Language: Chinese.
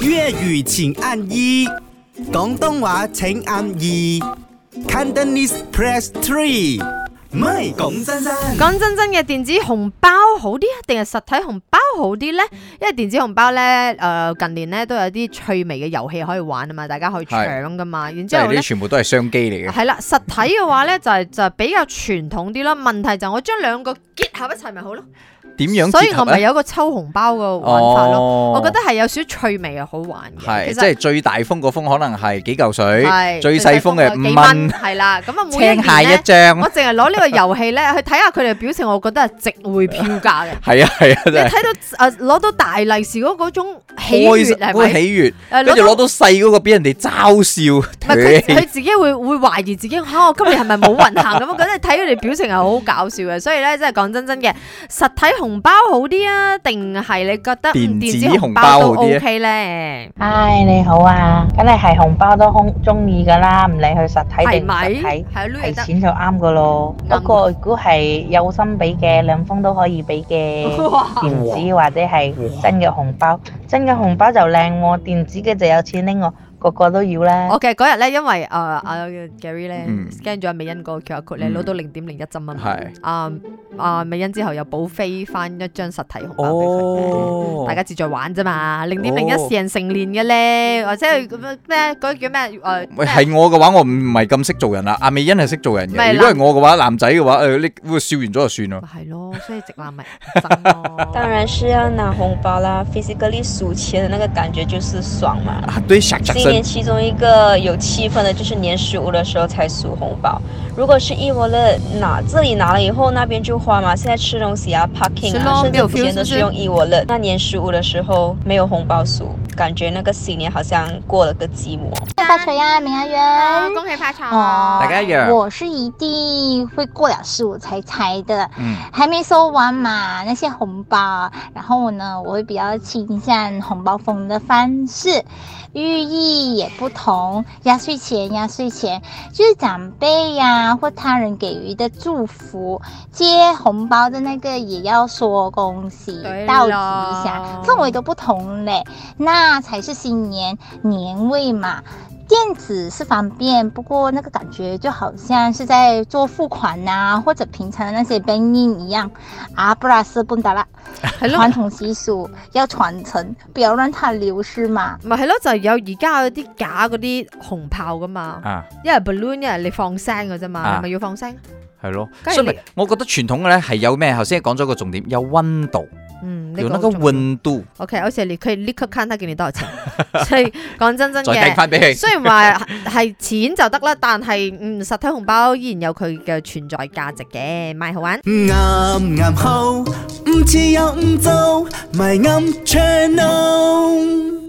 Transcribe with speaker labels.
Speaker 1: 粤语请按一，广东话请按二，Cantonese press three。唔係講真真，
Speaker 2: 講真真嘅電子紅包好啲，啊定係實體紅包好啲呢？因為電子紅包呢，诶、近年呢都有啲趣味嘅遊戲可以玩啊嘛，大家可以搶噶嘛。然之
Speaker 3: 即係
Speaker 2: 後
Speaker 3: 呢
Speaker 2: 呢，
Speaker 3: 啲全部都係商機嚟嘅。
Speaker 2: 係啦，實體嘅話呢，就係就係比較傳統啲啦。問題就係我將兩個結合一齊咪好咯，
Speaker 3: 點樣
Speaker 2: 所以
Speaker 3: 結
Speaker 2: 我
Speaker 3: 合
Speaker 2: 咪
Speaker 3: 咧？
Speaker 2: 有個抽紅包嘅玩法咯。
Speaker 3: 哦
Speaker 2: 我覺得係有少少趣味嘅，好玩嘅。
Speaker 3: 係，
Speaker 2: 其
Speaker 3: 即
Speaker 2: 實
Speaker 3: 係最大封嗰封可能係幾嚿
Speaker 2: 係
Speaker 3: 水，最細封嘅
Speaker 2: 幾
Speaker 3: 五蚊，
Speaker 2: 係啦。咁啊，每一
Speaker 3: 青蟹
Speaker 2: 年
Speaker 3: 一
Speaker 2: 呢，
Speaker 3: 張。
Speaker 2: 我淨係攞呢個遊戲呢去睇下佢哋表情，我覺得係值回票價嘅。
Speaker 3: 係啊係啊，
Speaker 2: 你
Speaker 3: 真係
Speaker 2: 睇到誒攞到大利是嗰嗰種喜
Speaker 3: 開
Speaker 2: 悅
Speaker 3: 心
Speaker 2: 係
Speaker 3: 嗰個喜
Speaker 2: 咪？
Speaker 3: 悅，
Speaker 2: 誒
Speaker 3: 跟住 攞
Speaker 2: 攞到
Speaker 3: 到細嗰個俾人哋嘲笑，
Speaker 2: 唔係佢
Speaker 3: 屌
Speaker 2: 佢自己會會懷疑自己嚇、我今日係咪冇運行咁樣？咁你睇佢哋表情係好搞笑嘅，所以咧真係講真真嘅，實體紅包好啲啊，定係你覺得嗯
Speaker 3: 電
Speaker 2: 電
Speaker 3: 子
Speaker 2: 子
Speaker 3: 紅
Speaker 2: 紅
Speaker 3: 包
Speaker 2: 包
Speaker 3: 好
Speaker 2: 都
Speaker 3: 啲啊
Speaker 2: OK 咧？
Speaker 4: 唉，你好啊，梗係係紅包都空中意噶啦，唔理佢實體
Speaker 2: 係
Speaker 4: 定唔
Speaker 2: 咪？係
Speaker 4: 實體，
Speaker 2: 啊，呢
Speaker 4: 係
Speaker 2: 嘢
Speaker 4: 錢就啱噶咯。
Speaker 2: 啱
Speaker 4: 不過如果係有心俾嘅，兩封都可以俾嘅，
Speaker 2: 得 哇！
Speaker 4: 電子或者係真嘅紅包，真嘅紅包就靚喎，電子嘅就有錢拎喎，個個都要啦。
Speaker 2: 我嘅嗰日咧，因為誒阿 Gary 咧
Speaker 3: 嗯
Speaker 2: scan 咗阿美欣嗰個 QR code 咧，
Speaker 3: 嗯
Speaker 2: 攞到零點零一針啊嘛。
Speaker 3: 係
Speaker 2: 啊啊！美欣之後又補飛翻一張實體紅包俾佢。
Speaker 3: 哦，
Speaker 2: 大家自在玩啫嘛，零點零一是人成年嘅咧，或者係咁樣咩嗰啲叫咩誒？
Speaker 3: 喂，哦係我嘅話，我唔唔係咁識做人啦。阿美欣係識做人
Speaker 2: 唔係
Speaker 3: 嘅，如果係我嘅話，男仔嘅話，誒，你會笑完咗就算啦。
Speaker 2: 咪係咯，所以直男咪憎
Speaker 5: 当
Speaker 2: 咯。
Speaker 5: 然是要拿红包啦，physically 数钱的那个感觉就是爽嘛。
Speaker 3: 啊，對，實實
Speaker 5: 今年
Speaker 3: 身
Speaker 5: 其中一个有气氛的就是年十五的时候才数红包，如果是一窝的拿这里拿了以后那边就花嘛。现在吃东西啊，parking
Speaker 2: 是咯
Speaker 5: 啊，
Speaker 2: 没
Speaker 5: 甚至
Speaker 2: 有
Speaker 5: 以
Speaker 2: feel，
Speaker 5: 前都
Speaker 2: 是
Speaker 5: 是
Speaker 2: 不是
Speaker 5: 用一窝的。那年十五的时候没有红包数，感觉那个新年好像过了个寂寞。
Speaker 6: 发财呀，明阿元！
Speaker 2: 啊恭喜發財
Speaker 6: 哦
Speaker 3: 大家一樣
Speaker 6: 我是一定会过了十五才拆的，
Speaker 3: 嗯，
Speaker 6: 还没收完嘛那些红包。然后呢，我会比较倾向红包封的方式，寓意也不同。压岁钱，压岁钱就是长辈呀、或他人给予的祝福，接红包的那个也要说恭喜
Speaker 2: 对，
Speaker 6: 道吉
Speaker 2: 啦
Speaker 6: 一下，氛围都不同嘞，那才是新年年味嘛。电子是方便，不过那个感觉就好像是在做付款呐、或者平常的那些 banking 一样，啊，不啦是不打啦，
Speaker 2: 係咯
Speaker 6: 传。统习俗要传承，不要让它流失嘛。
Speaker 2: 咪係咯，就係有而家有啲假嗰啲紅炮噶嘛，
Speaker 3: 啊，
Speaker 2: 一係 balloon，一係你放聲嘅啫嘛，
Speaker 3: 啊
Speaker 2: 你咪要放聲。
Speaker 3: 係咯，
Speaker 2: 梗係
Speaker 3: 所以
Speaker 2: 你
Speaker 3: 咪我覺得傳統嘅咧係有咩？頭先講咗個重點，有温度，
Speaker 2: 嗯，呢
Speaker 3: 有那
Speaker 2: 個
Speaker 3: 個
Speaker 2: 好重要
Speaker 3: 温度，
Speaker 2: OK，而且你可以立刻 count 他給你多少 錢，所以講真真
Speaker 3: 再掟
Speaker 2: 嘅。
Speaker 3: 翻俾佢。
Speaker 2: 雖然話係錢就得啦，但係嗯實體紅包依然有佢嘅存在價值嘅，咪好玩。
Speaker 1: 啱啱好，唔似又唔做，咪啱 channel。